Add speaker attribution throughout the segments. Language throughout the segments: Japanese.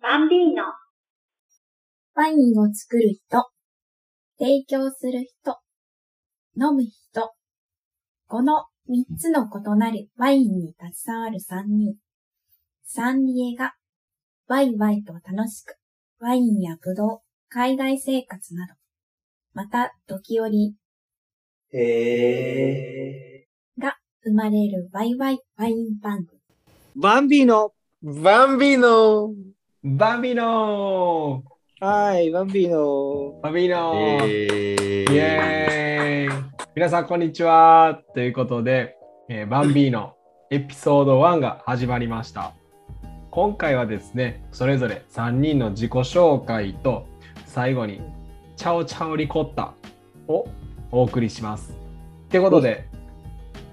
Speaker 1: バンビーノ。
Speaker 2: ワインを作る人、提供する人、飲む人。この三つの異なるワインに携わる三人。サンリエが、ワイワイと楽しく、ワインやブドウ、海外生活など、また時折
Speaker 3: へえ。
Speaker 2: 生まれるワイワイワイン番組。
Speaker 4: バンビーノ。
Speaker 3: バンビーノ
Speaker 5: バンビノ
Speaker 4: はい、バンビーノ。
Speaker 5: バンビノ
Speaker 3: え
Speaker 5: イエーイ皆さん、こんにちはということで、えーバンビーノエピソード1が始まりました。今回はですね、それぞれ3人の自己紹介と、最後に、チャオチャオリコッタをお送りします。ってことで、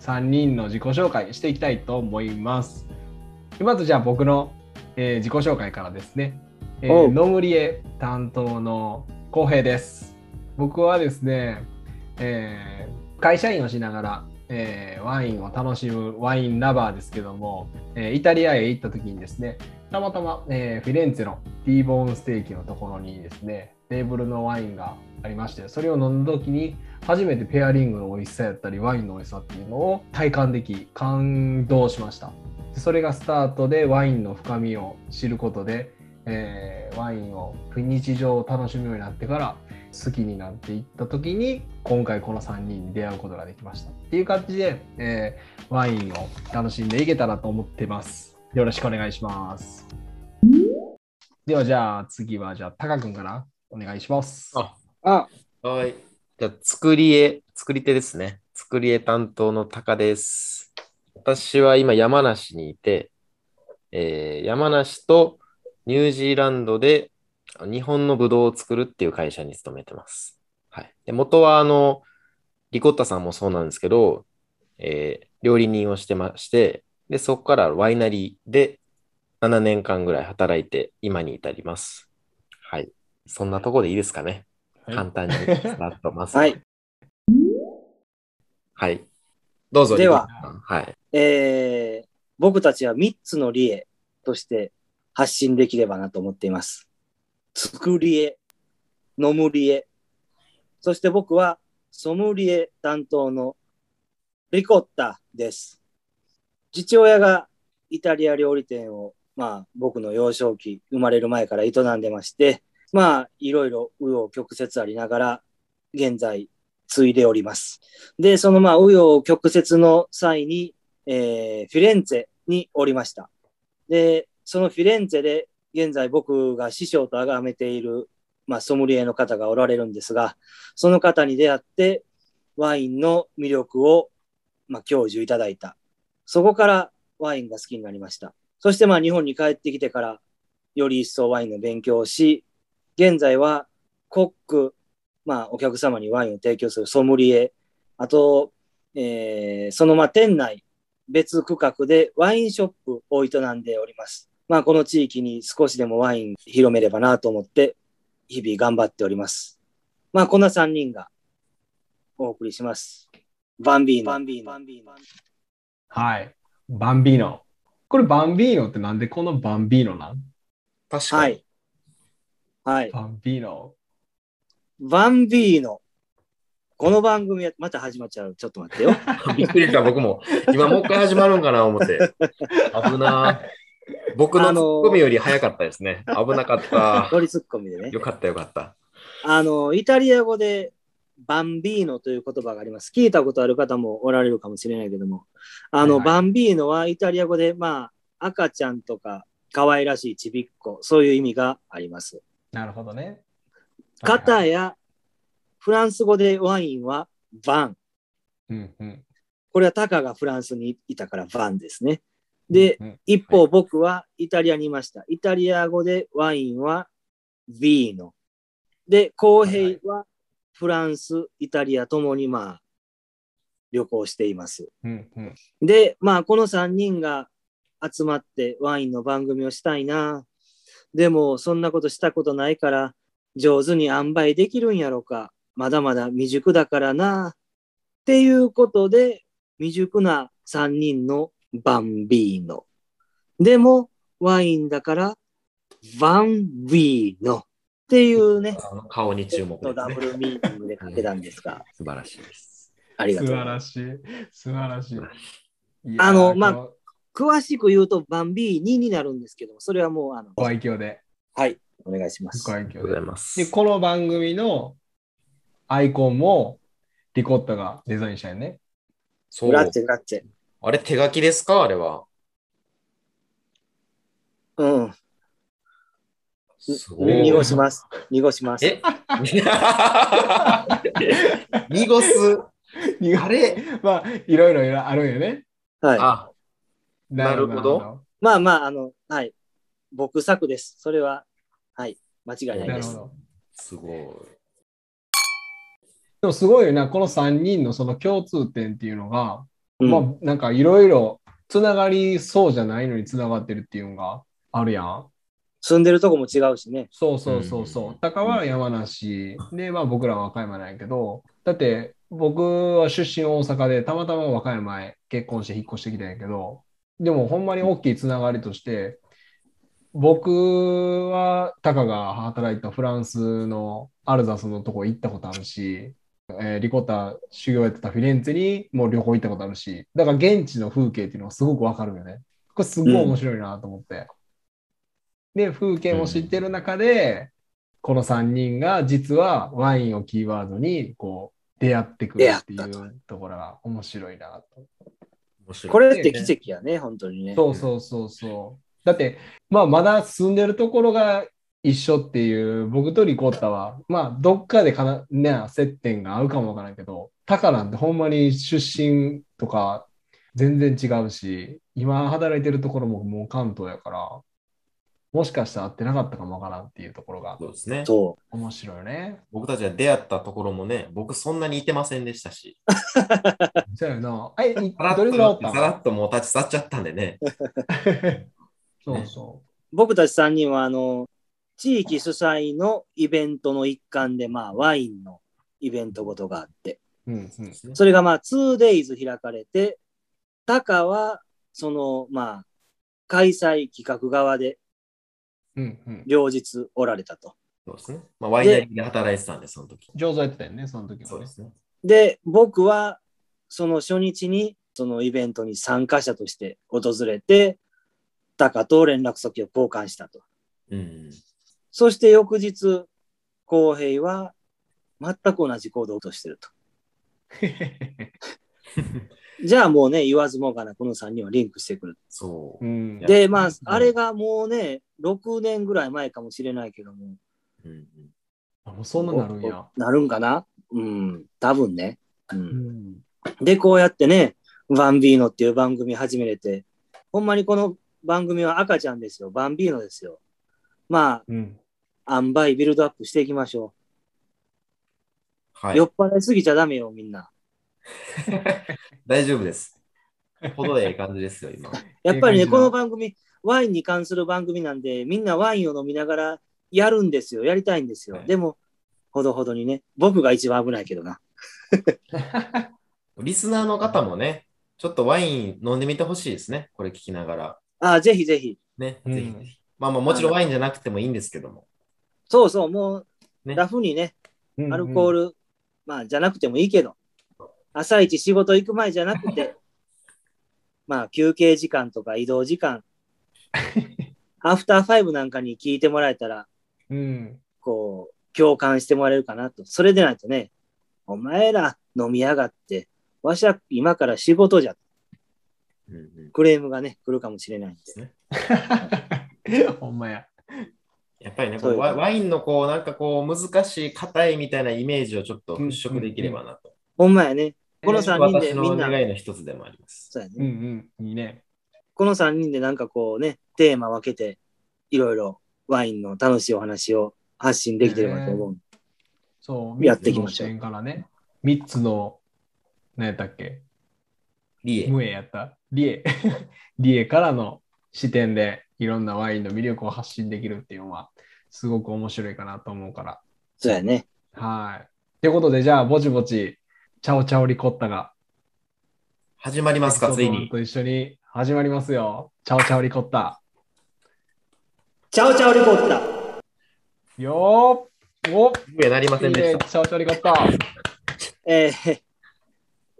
Speaker 5: 3人の自己紹介していきたいと思います。まずじゃあ僕の、えー自己紹介からですね、えー
Speaker 4: おう
Speaker 5: ノムリエ担当の浩平です。僕はですね、えー会社員をしながら、えーワインを楽しむワインラバーですけども、えーイタリアへ行った時にですねたまたま、えーフィレンツェのティーボーンステーキのところにですねテーブルのワインがありましてそれを飲んだ時に初めてペアリングの美味しさやったりワインの美味しさっていうのを体感でき感動しましたでそれがスタートでワインの深みを知ることで、えーワインを日常を楽しむようになってから好きになっていった時に今回この3人に出会うことができましたっていう感じで、えーワインを楽しんでいけたらと思ってますよろしくお願いしますではじゃあ次はじゃあタカ君からお願いします
Speaker 3: あ
Speaker 4: あ、
Speaker 3: はい。じゃあ、作り絵、作り手ですね。作り絵担当のタカです。私は今、山梨にいて、えー山梨とニュージーランドで日本のブドウを作るっていう会社に勤めてます。はい。で元は、あの、リコッタさんもそうなんですけど、えー料理人をしてまして、で、そこからワイナリーで7年間ぐらい働いて、今に至ります。はい。そんなとこでいいですかね。
Speaker 5: はい
Speaker 3: 簡単に伝わってます。
Speaker 4: はい。
Speaker 3: はい。どうぞ。
Speaker 4: では
Speaker 3: リコさん。はい。
Speaker 4: えー、僕たちは3つの理恵として発信できればなと思っています。作り絵、飲むり絵、そして僕はソムリエ担当のリコッタです。父親がイタリア料理店を、まあ、僕の幼少期、生まれる前から営んでまして、まあ、いろいろ紆余曲折ありながら、現在、継いでおります。で、そのまあ、紆余曲折の際に、えーフィレンツェにおりました。で、そのフィレンツェで、現在僕が師匠と崇めている、まあ、ソムリエの方がおられるんですが、その方に出会って、ワインの魅力を、まあ、享受いただいた。そこからワインが好きになりました。そして、まあ、日本に帰ってきてから、より一層ワインの勉強をし、現在はコック、まあ、お客様にワインを提供するソムリエ、あと、えーその、まあ、店内、別区画でワインショップを営んでおります。まあ、この地域に少しでもワイン広めればなと思って、日々頑張っております。まあ、こんな3人がお送りします。バンビーノ。バンビーノ。
Speaker 5: はいバンビーノこれバンビーノってなんでこのバンビーノなん
Speaker 3: 確か
Speaker 4: は
Speaker 3: に。
Speaker 4: い。はい。
Speaker 5: バンビーノ
Speaker 4: バンビーノ。この番組はまた始まっちゃう。ちょっと待ってよ。
Speaker 3: びっくりした、僕も。今、もう一回始まるんかな、思って。危な。僕のツ
Speaker 4: あのー
Speaker 3: ッコミより早かったですね。危なかった。
Speaker 4: ノリツッコミでね。
Speaker 3: よかった、よかった。
Speaker 4: あの、イタリア語でバンビーノという言葉があります。聞いたことある方もおられるかもしれないけども、あの、
Speaker 5: はいはい
Speaker 4: バンビーノはイタリア語で、まあ、赤ちゃんとか、可愛らしいちびっこ、そういう意味があります。
Speaker 5: なるほどね
Speaker 4: か
Speaker 5: は
Speaker 4: た
Speaker 5: い
Speaker 4: や、フランス語でワインはバン。
Speaker 5: うんうん
Speaker 4: これはタカがフランスにいたからバンですね。で、
Speaker 5: うん
Speaker 4: 一方、
Speaker 5: は
Speaker 4: 僕はイタリアにいました。イタリア語でワインはビーノ。で、公平はフランス、イタリアともにまあ旅行しています。
Speaker 5: うんうん
Speaker 4: で、まあこの3人が集まってワインの番組をしたいな。でもそんなことしたことないから上手に塩梅できるんやろか。まだまだ未熟だからな。っていうことで未熟な3人のバンビーノ。でもワインだからバンビーノっていうね、
Speaker 3: あの顔に
Speaker 4: ち
Speaker 3: 注
Speaker 4: ょ
Speaker 3: 目
Speaker 4: っ
Speaker 3: で
Speaker 4: と
Speaker 3: す
Speaker 4: ダ
Speaker 3: ね
Speaker 4: ブ。ルミーティングで書けたんですが、
Speaker 3: 素晴らしいです。
Speaker 4: ありが
Speaker 5: 素
Speaker 4: とうござ
Speaker 5: 晴
Speaker 4: います。
Speaker 5: らしい。素晴らしい。い
Speaker 4: あのまあ
Speaker 5: あ、
Speaker 4: 詳しく言うと、バンビーニになるんですけども、それはもう、あの、
Speaker 5: ご愛嬌で。
Speaker 4: はい、お願いします
Speaker 5: ご。愛
Speaker 3: ありが
Speaker 5: 嬌
Speaker 3: とうござい。
Speaker 5: で
Speaker 3: ます。
Speaker 5: で、この番組のアイコンもリコッタがデザインしたよね。
Speaker 3: そう
Speaker 4: グラッチェ、グラッチェ。
Speaker 3: あれ手書きですかあれは。
Speaker 4: うん、
Speaker 3: すごい。
Speaker 4: 濁します。濁します。
Speaker 3: え濁す。 あれ
Speaker 5: まあ、いろいろいろあるよね。
Speaker 4: はい。
Speaker 3: あ、
Speaker 5: な
Speaker 3: るほど。
Speaker 4: まあまあ、あの、はい。僕作です。それは、はい。間違い
Speaker 5: な
Speaker 4: ない
Speaker 5: るほどな
Speaker 4: で
Speaker 5: る
Speaker 4: す
Speaker 5: ほ。ど。
Speaker 3: すごい。
Speaker 5: でもすごいよな、この3人のその共通点っていうのが、
Speaker 4: うん
Speaker 5: まあなんかいろいろつながりそうじゃないのにつながってるっていうのがあるやん。
Speaker 4: 住んでるとこも違うしね。
Speaker 5: そうそうそうそうう。
Speaker 3: ん
Speaker 5: 高は山梨で、まあ僕らは和歌山なんやけど、だって僕は出身大阪で、たまたま和歌山へ結婚して引っ越してきたんやけど、でもほんまに大きいつながりとして、僕はタカが働いたフランスのアルザスのとこ行ったことあるし、えーリコッタ修行やってたフィレンツェにもう旅行行ったことあるし、だから現地の風景っていうのがすごくわかるよね。これすごい面白いなと思って。で、風景も知ってる中で、この3人が実はワインをキーワードにこう出会ってくるってい
Speaker 4: 出会った
Speaker 5: うところが面白いなと。
Speaker 3: 面白い。
Speaker 4: これって奇跡やね、本当にね。
Speaker 5: そうそうそうそう。だって、まあ、まだ住んでるところが一緒っていう、僕とリコッタは、まあ、どっかでかな、ね、接点が合うかもわからんけど、タカなんてほんまに出身とか全然違うし、今働いてるところももう関東やから、もしかしたら合ってなかったかもわからんっていうところが
Speaker 3: そうですね。
Speaker 4: そ。
Speaker 5: 面白いよね。
Speaker 3: 僕たちが出会ったところもね、僕そんなにいてませんでしたし、
Speaker 5: そうやな。え、い
Speaker 3: さらっ
Speaker 5: ど
Speaker 3: と
Speaker 5: れぐらいおった
Speaker 3: さらっともう立ち去っちゃったんでね。
Speaker 5: んそうそう
Speaker 4: 僕たち3人は、あの、地域主催のイベントの一環で、まあ、ワインのイベントごとがあって、
Speaker 5: う。うんうん。
Speaker 4: それがまあ、2days 開かれて、タカは、その、まあ、開催企画側で
Speaker 5: うんうん。
Speaker 4: 両日おられたと。
Speaker 3: そうですね。まあ、ワイナリーで働いてたんで、その時。
Speaker 5: 上手やってたよね、その時
Speaker 3: そう
Speaker 5: もね
Speaker 3: で。すね。
Speaker 4: で、僕は、その初日に、そのイベントに参加者として訪れて、タカと連絡先を交換したと。
Speaker 3: うん。
Speaker 4: そして翌日、浩平は、全く同じ行動をとしてると。じゃあもうね、言わずもがな、この3人はリンクしてくる。
Speaker 3: そうう。
Speaker 5: ん
Speaker 3: いや
Speaker 4: で、まあ
Speaker 3: ん、
Speaker 4: あれがもうね、6年ぐらい前かもしれないけども、
Speaker 3: うんうん
Speaker 5: あもうそんななるんや。
Speaker 4: なるんかなうん、多分ね。うん
Speaker 5: うん。
Speaker 4: で、こうやってね、バンビーノっていう番組始めれて、ほんまにこの番組は赤ちゃんですよ。バンビーノですよ。ま
Speaker 5: うん。
Speaker 4: あ、塩梅ビルドアップしていきましょう。
Speaker 3: はい
Speaker 4: 酔。っ払いすぎちゃダメよ、みんな。
Speaker 3: 大丈夫です。ほどええ感じですよ、今。
Speaker 4: やっぱり
Speaker 5: い
Speaker 4: ね、
Speaker 5: い感じの
Speaker 4: この番組、ワインに関する番組なんで、みんなワインを飲みながらやるんですよ。やりたいんですよ
Speaker 3: は。い
Speaker 4: でも、ほどほどにね、僕が一番危ないけどな。
Speaker 3: リスナーの方もね、ちょっとワイン飲んでみてほしいですね。これ聞きながら。
Speaker 4: ああ、ぜひぜひ。
Speaker 3: ね、
Speaker 5: うん
Speaker 3: ぜひぜひ。まあまあ、もちろんワインじゃなくてもいいんですけども。
Speaker 4: そうそう、もう、
Speaker 3: ね
Speaker 4: ラフにね、アルコー
Speaker 5: ル。
Speaker 4: ル、まあ、じゃなくてもいいけど、朝一仕事行く前じゃなく て、まあ、休憩時間とか移動 時間、アフターファイブなんかに聞いてもらえたら、
Speaker 5: うん。
Speaker 4: こう、共感してもらえるかなと。それでないとね、お前ら飲みやがって、わしは今から仕事じゃ、
Speaker 3: うんうん
Speaker 4: クレームがね、来るかもしれないんで。
Speaker 3: ですね
Speaker 5: ほんまや。
Speaker 3: やっぱりね、
Speaker 4: そ
Speaker 3: こ
Speaker 4: ういううこと
Speaker 3: ワワインのこう、なんかこう、難しい、硬いみたいなイメージをちょっと払拭できればなと。
Speaker 4: ほんまやね。この3人で
Speaker 3: 私の
Speaker 4: みんな、
Speaker 3: 願いの一つでもあります。
Speaker 4: そうやね
Speaker 5: うんうん。いいね。
Speaker 4: この3人でなんかこうね、テーマ分けて、いろいろワインの楽しいお話を発信できてればと思う。
Speaker 5: そう、
Speaker 4: やっていきましょう
Speaker 5: 三つの視点からね。三つの、何やったっけ
Speaker 3: リエ。
Speaker 5: 無エやった。リ エ。リエからの視点でいろんなワインの魅力を発信できるっていうのは、すごく面白いかなと思うから。
Speaker 4: そうやね。
Speaker 5: はい。ということで、じゃあ、ぼちぼち、チャオチャオリコッタが、
Speaker 3: 始まりますか、ついに。
Speaker 5: と一緒に始まりますよ。チャオチャオリコッタ。
Speaker 4: チャオチャオリコッタ。
Speaker 5: よーお
Speaker 3: 上なりませ
Speaker 5: いい
Speaker 3: んで
Speaker 5: ね
Speaker 3: し、た。
Speaker 5: チャオチャオリコッタ。
Speaker 4: えー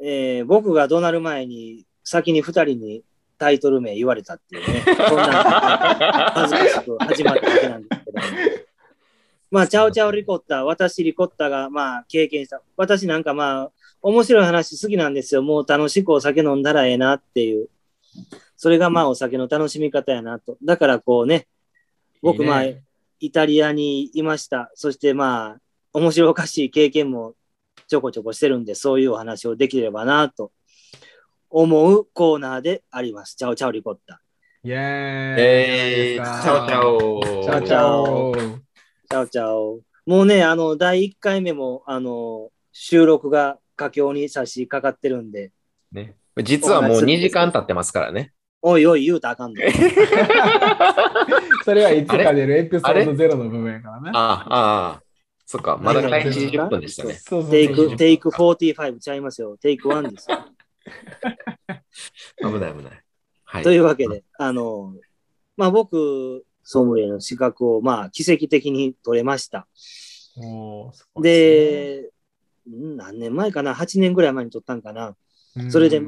Speaker 4: えー僕が怒鳴る前に、先に二人にタイトル名言われたっていうね、そんなんが恥ずかしく始まっただけなんですけど、まあ、チャオチャオリコッタ、私リコッタが、まあ、経験した。私なんかまあ、面白い話好きなんですよ。もう楽しくお酒飲んだらええなっていう。それがまあ、お酒の楽しみ方やなと。だからこうね、僕まあ、
Speaker 5: いいね
Speaker 4: イタリアにいました。そしてまあ、面白おかしい経験もちょこちょこしてるんで、そういうお話をできればなと思うコーナーであります。チャオチャオリコッタ。
Speaker 5: イェーイ。
Speaker 3: え
Speaker 5: いいじゃない
Speaker 3: ー、
Speaker 5: です
Speaker 3: チャ
Speaker 5: か
Speaker 3: オチャオ。
Speaker 5: チャオチ
Speaker 4: オ
Speaker 5: ャオ。
Speaker 4: チャオチャオ。もうね、あの、第1回目も、あの、収録が佳境に差し掛かってるんで、
Speaker 3: ね。実はもう2時間経ってますからね。
Speaker 4: おいおい言うたらあかんの。
Speaker 5: それはいつか出るエピソ
Speaker 3: あ
Speaker 5: ー
Speaker 3: れ
Speaker 5: ドゼロの部分やからね。
Speaker 3: ああ、ああ。そっか、まだ開始10分でしたね。
Speaker 5: そうそうそう
Speaker 4: テイク、テイク45ちゃいますよ。テイク1ですよ。
Speaker 3: 危ない危ない。はい
Speaker 4: と。いうわけで、あの、まあ僕、ソムリエの資格を、まあ、奇跡的に取れました。
Speaker 5: おーすごいすね
Speaker 4: で、うん何年前かな ?8 年ぐらい前に撮ったんかな
Speaker 5: うん
Speaker 4: それで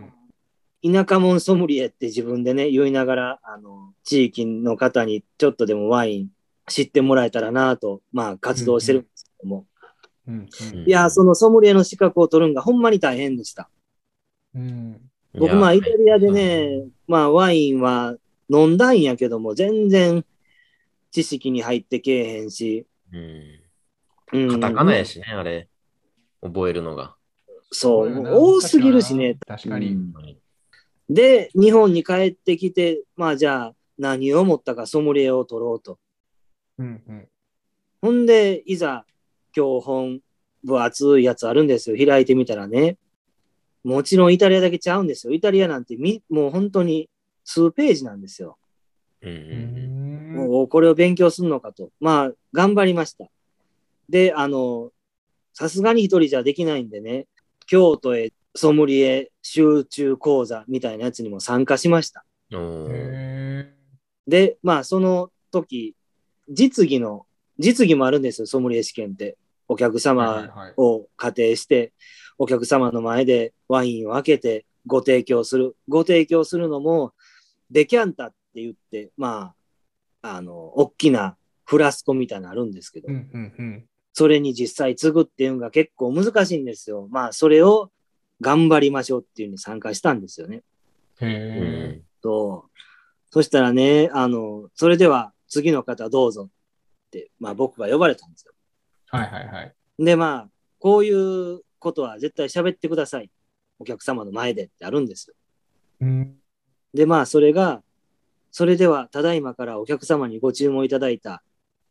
Speaker 4: 田舎もんソムリエって自分でね、言いながら、あの、地域の方にちょっとでもワイン知ってもらえたらなと、まあ活動してるんですけども。
Speaker 5: うん
Speaker 3: うん
Speaker 4: いやー、そのソムリエの資格を取るんがほんまに大変でした。
Speaker 5: うん
Speaker 4: 僕まあ
Speaker 3: い
Speaker 4: イ
Speaker 3: や
Speaker 4: タリアでね、まあワインは飲んだんやけども、全然知識に入ってけえへんし。
Speaker 3: うん
Speaker 4: うん
Speaker 3: カタカナやしね、あれ。覚えるのが。
Speaker 4: そ
Speaker 5: す
Speaker 4: う、
Speaker 5: ごいよな
Speaker 4: 多すぎるしね。
Speaker 5: 確かに。
Speaker 4: で、日本に帰ってきて、まあじゃあ何を思ったかソムリエを取ろうと。
Speaker 5: うんうん
Speaker 4: ほんで、いざ、教本、分厚いやつあるんですよ。開いてみたらね。もちろんイタリアだけちゃうんですよ。イタリアなんてみ、もう本当に数ページなんですよ。
Speaker 3: うんうん
Speaker 5: う
Speaker 3: うん
Speaker 5: ん
Speaker 4: もうこれを勉強するのかと。まあ、頑張りました。で、あの、さすがに一人じゃできないんでね、京都へソムリエ集中講座みたいなやつにも参加しました。
Speaker 3: おー
Speaker 5: へ
Speaker 4: で、まあ、その時、実技の、実技もあるんですよ、ソムリエ試験って。お客
Speaker 5: ー
Speaker 4: 様、
Speaker 5: はいはい
Speaker 4: を仮定して、お客様の前でワインを開けてご提供する。ご提供するのも、デキャンタって言って、まあ、あの、大きなフラスコみたいなのあるんですけど
Speaker 5: う、んうんうん
Speaker 4: それに実際継ぐっていうのが結構難しいんですよ。まあ、それを頑張りましょうっていうのに参加したんですよね。
Speaker 3: う
Speaker 5: へ
Speaker 3: ん
Speaker 4: と、そしたらね、あの、それでは次の方どうぞって、まあ僕が呼ばれたんですよ
Speaker 5: ーはいはいはい。
Speaker 4: で、まあ、こういうことは絶対喋ってください。お客様の前でってあるんですよ。
Speaker 5: うん
Speaker 4: で、まあ、それが、それでは、ただいまからお客様にご注文いただいた、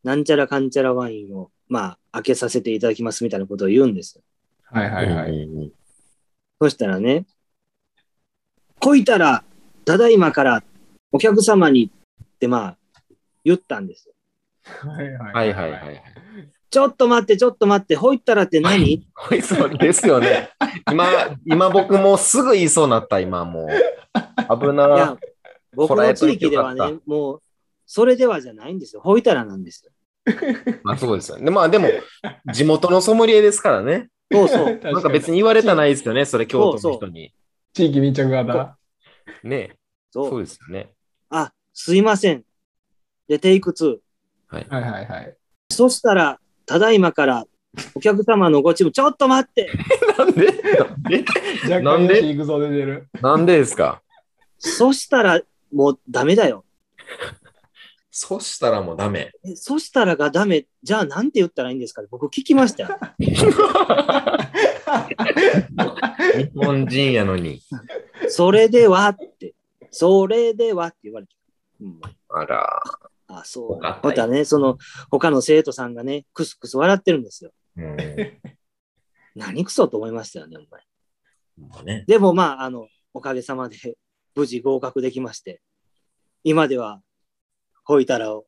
Speaker 4: なんちゃらかんちゃらワインを、まあ、開けさせていただきますみたいなことを言うんですよ。
Speaker 5: はいはいはい。
Speaker 3: うんうん
Speaker 4: そしたらね、こいたら、ただいまからお客様にって、まあ、言ったんですよ。
Speaker 5: はい
Speaker 3: はいはいはいはい。
Speaker 4: ちょっと待って、ちょっと待って、ほいったらって何
Speaker 3: こいつはですよね。今、今僕もすぐ言いそうになった、今もう。危
Speaker 4: い
Speaker 3: な
Speaker 4: や。、僕
Speaker 3: こら
Speaker 4: の
Speaker 3: えと
Speaker 4: 地
Speaker 3: いて
Speaker 4: 域
Speaker 3: よ
Speaker 4: で
Speaker 3: か
Speaker 4: は
Speaker 3: った
Speaker 4: ね、もう、それではじゃないんですよ。ほいたらなんですよ。
Speaker 3: まあそうですよね。まあでも、地元のソムリエですからね。
Speaker 4: そ うそう。
Speaker 3: な
Speaker 5: な
Speaker 3: んん
Speaker 5: か
Speaker 3: か
Speaker 5: 別
Speaker 3: 別
Speaker 5: に。
Speaker 3: に言われたないですよね、それ京都の人に。
Speaker 5: 地域密着型。
Speaker 3: ね
Speaker 4: そ
Speaker 3: そう
Speaker 4: う。
Speaker 3: ですよね。
Speaker 4: あ、すいません。で、テイク2。
Speaker 5: はいはいはい。
Speaker 4: そしたら、ただいまから、お客様のご注文、ちょっと待って
Speaker 3: なんでなんでな
Speaker 5: 若干
Speaker 3: んで
Speaker 5: 地域像出てる。
Speaker 3: なんでですか
Speaker 4: そしたら、もうダメだよ。
Speaker 3: そしたらもうダメ。
Speaker 4: えそしたらがダメ。じゃあ、なんて言ったらいいんですかね僕聞きましたよ。
Speaker 3: 日本人やのに。
Speaker 4: それではって。それではって言われて。うん
Speaker 3: あら。
Speaker 4: あ、そう。
Speaker 3: わかった
Speaker 4: またね、その、他の生徒さんがね、クスクス笑ってるんですよ。
Speaker 3: うん。
Speaker 4: 何クソと思いましたよね、お前。
Speaker 3: もうね。
Speaker 4: でもまあ、あの、おかげさまで無事合格できまして、今では、ほいたらを、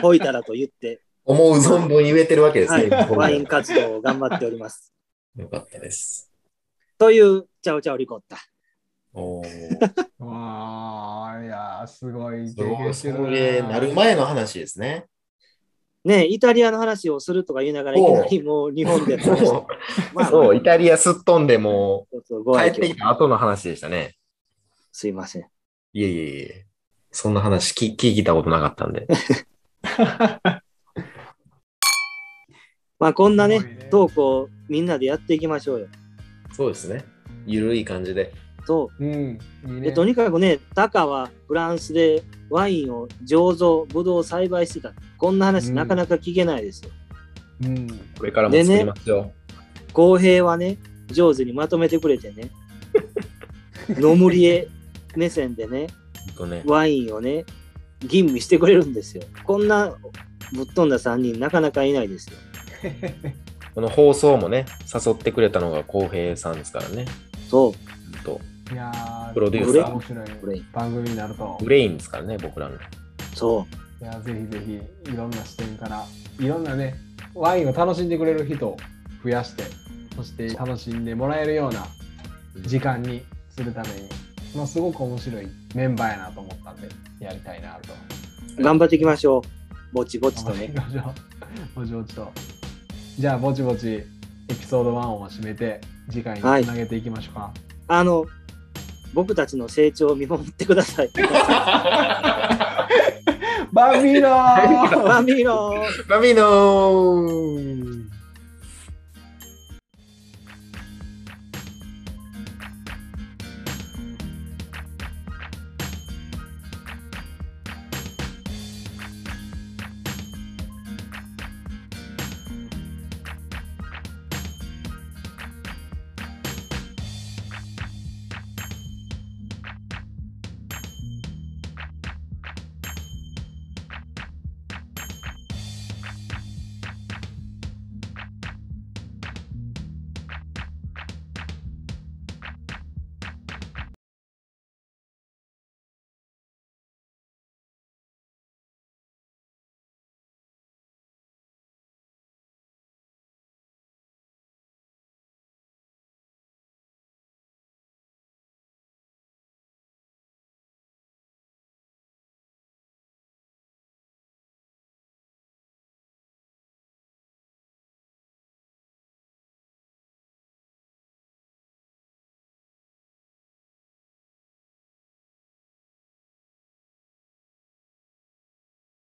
Speaker 4: ほいたらと言って、
Speaker 3: 思う存分言えてるわけです
Speaker 4: は
Speaker 3: ね。
Speaker 4: い、ワイン活動を頑張っております。
Speaker 3: よかったです。
Speaker 4: という、チャオチャオリコッタ。
Speaker 1: おー
Speaker 5: わあ、いやー、すごい
Speaker 1: す
Speaker 5: 経
Speaker 1: ご
Speaker 5: 験
Speaker 1: い
Speaker 5: してる
Speaker 1: それなる前の話ですね。
Speaker 4: ねイタリアの話をするとか言いながら、いきなりもう日本で。
Speaker 1: も
Speaker 4: まあ
Speaker 3: そう、イタリアすっ飛んでも
Speaker 4: ちょっと
Speaker 3: う
Speaker 4: ご
Speaker 3: 帰
Speaker 4: 愛
Speaker 3: って
Speaker 4: 嬌
Speaker 3: きた後の話でしたね。
Speaker 4: すいません。
Speaker 3: いえいえいえ。そんな話聞聞いたことなかったんで。
Speaker 4: まあこんな
Speaker 5: すごいね
Speaker 4: ね、トークをみんなでやっていきましょうよ。
Speaker 3: そうですね。ゆるい感じで。
Speaker 4: そう。
Speaker 5: うん、い
Speaker 4: で
Speaker 5: いね。
Speaker 4: とにかくね、タカはフランスでワインを醸造、ブドウを栽培してた。こんな話なかなか聞けないですよ。
Speaker 5: うん、
Speaker 3: これからも作りますよ。
Speaker 4: 浩、平はね、上手にまとめてくれて ね、ノムリエ目線でね、
Speaker 3: ほんとね。
Speaker 4: ワインをね、吟味してくれるんですよ。こんなぶっ飛んだ3人なかなかいないですよ。
Speaker 3: この放送もね、誘ってくれたのが浩平さんですからね。ほ
Speaker 4: そ
Speaker 3: んと
Speaker 5: いやー
Speaker 3: プロデュ
Speaker 4: ーサー
Speaker 5: 面白い
Speaker 4: これ
Speaker 5: 番組になると
Speaker 3: ブ。レインですからね、僕らの。
Speaker 4: う、そ
Speaker 5: いや、ぜひぜひ、いろんな視点から、いろんなね、ワインを楽しんでくれる人を増やして、そして楽しんでもらえるような時間にするために、まあ、すごく面白いメンバーやなと思ったんで、やりたいなと。
Speaker 4: う。頑張っていきましょう。ぼちぼちと ね。
Speaker 5: 頑張っていきましょうぼちぼちと。じゃあ、ぼちぼち、エピソード1を締めて、次回につなげていきましょうか。
Speaker 4: あの、僕たちの成長を見守ってくだ さい。
Speaker 5: バンビーノー
Speaker 4: バンビーロー
Speaker 3: ラミーノー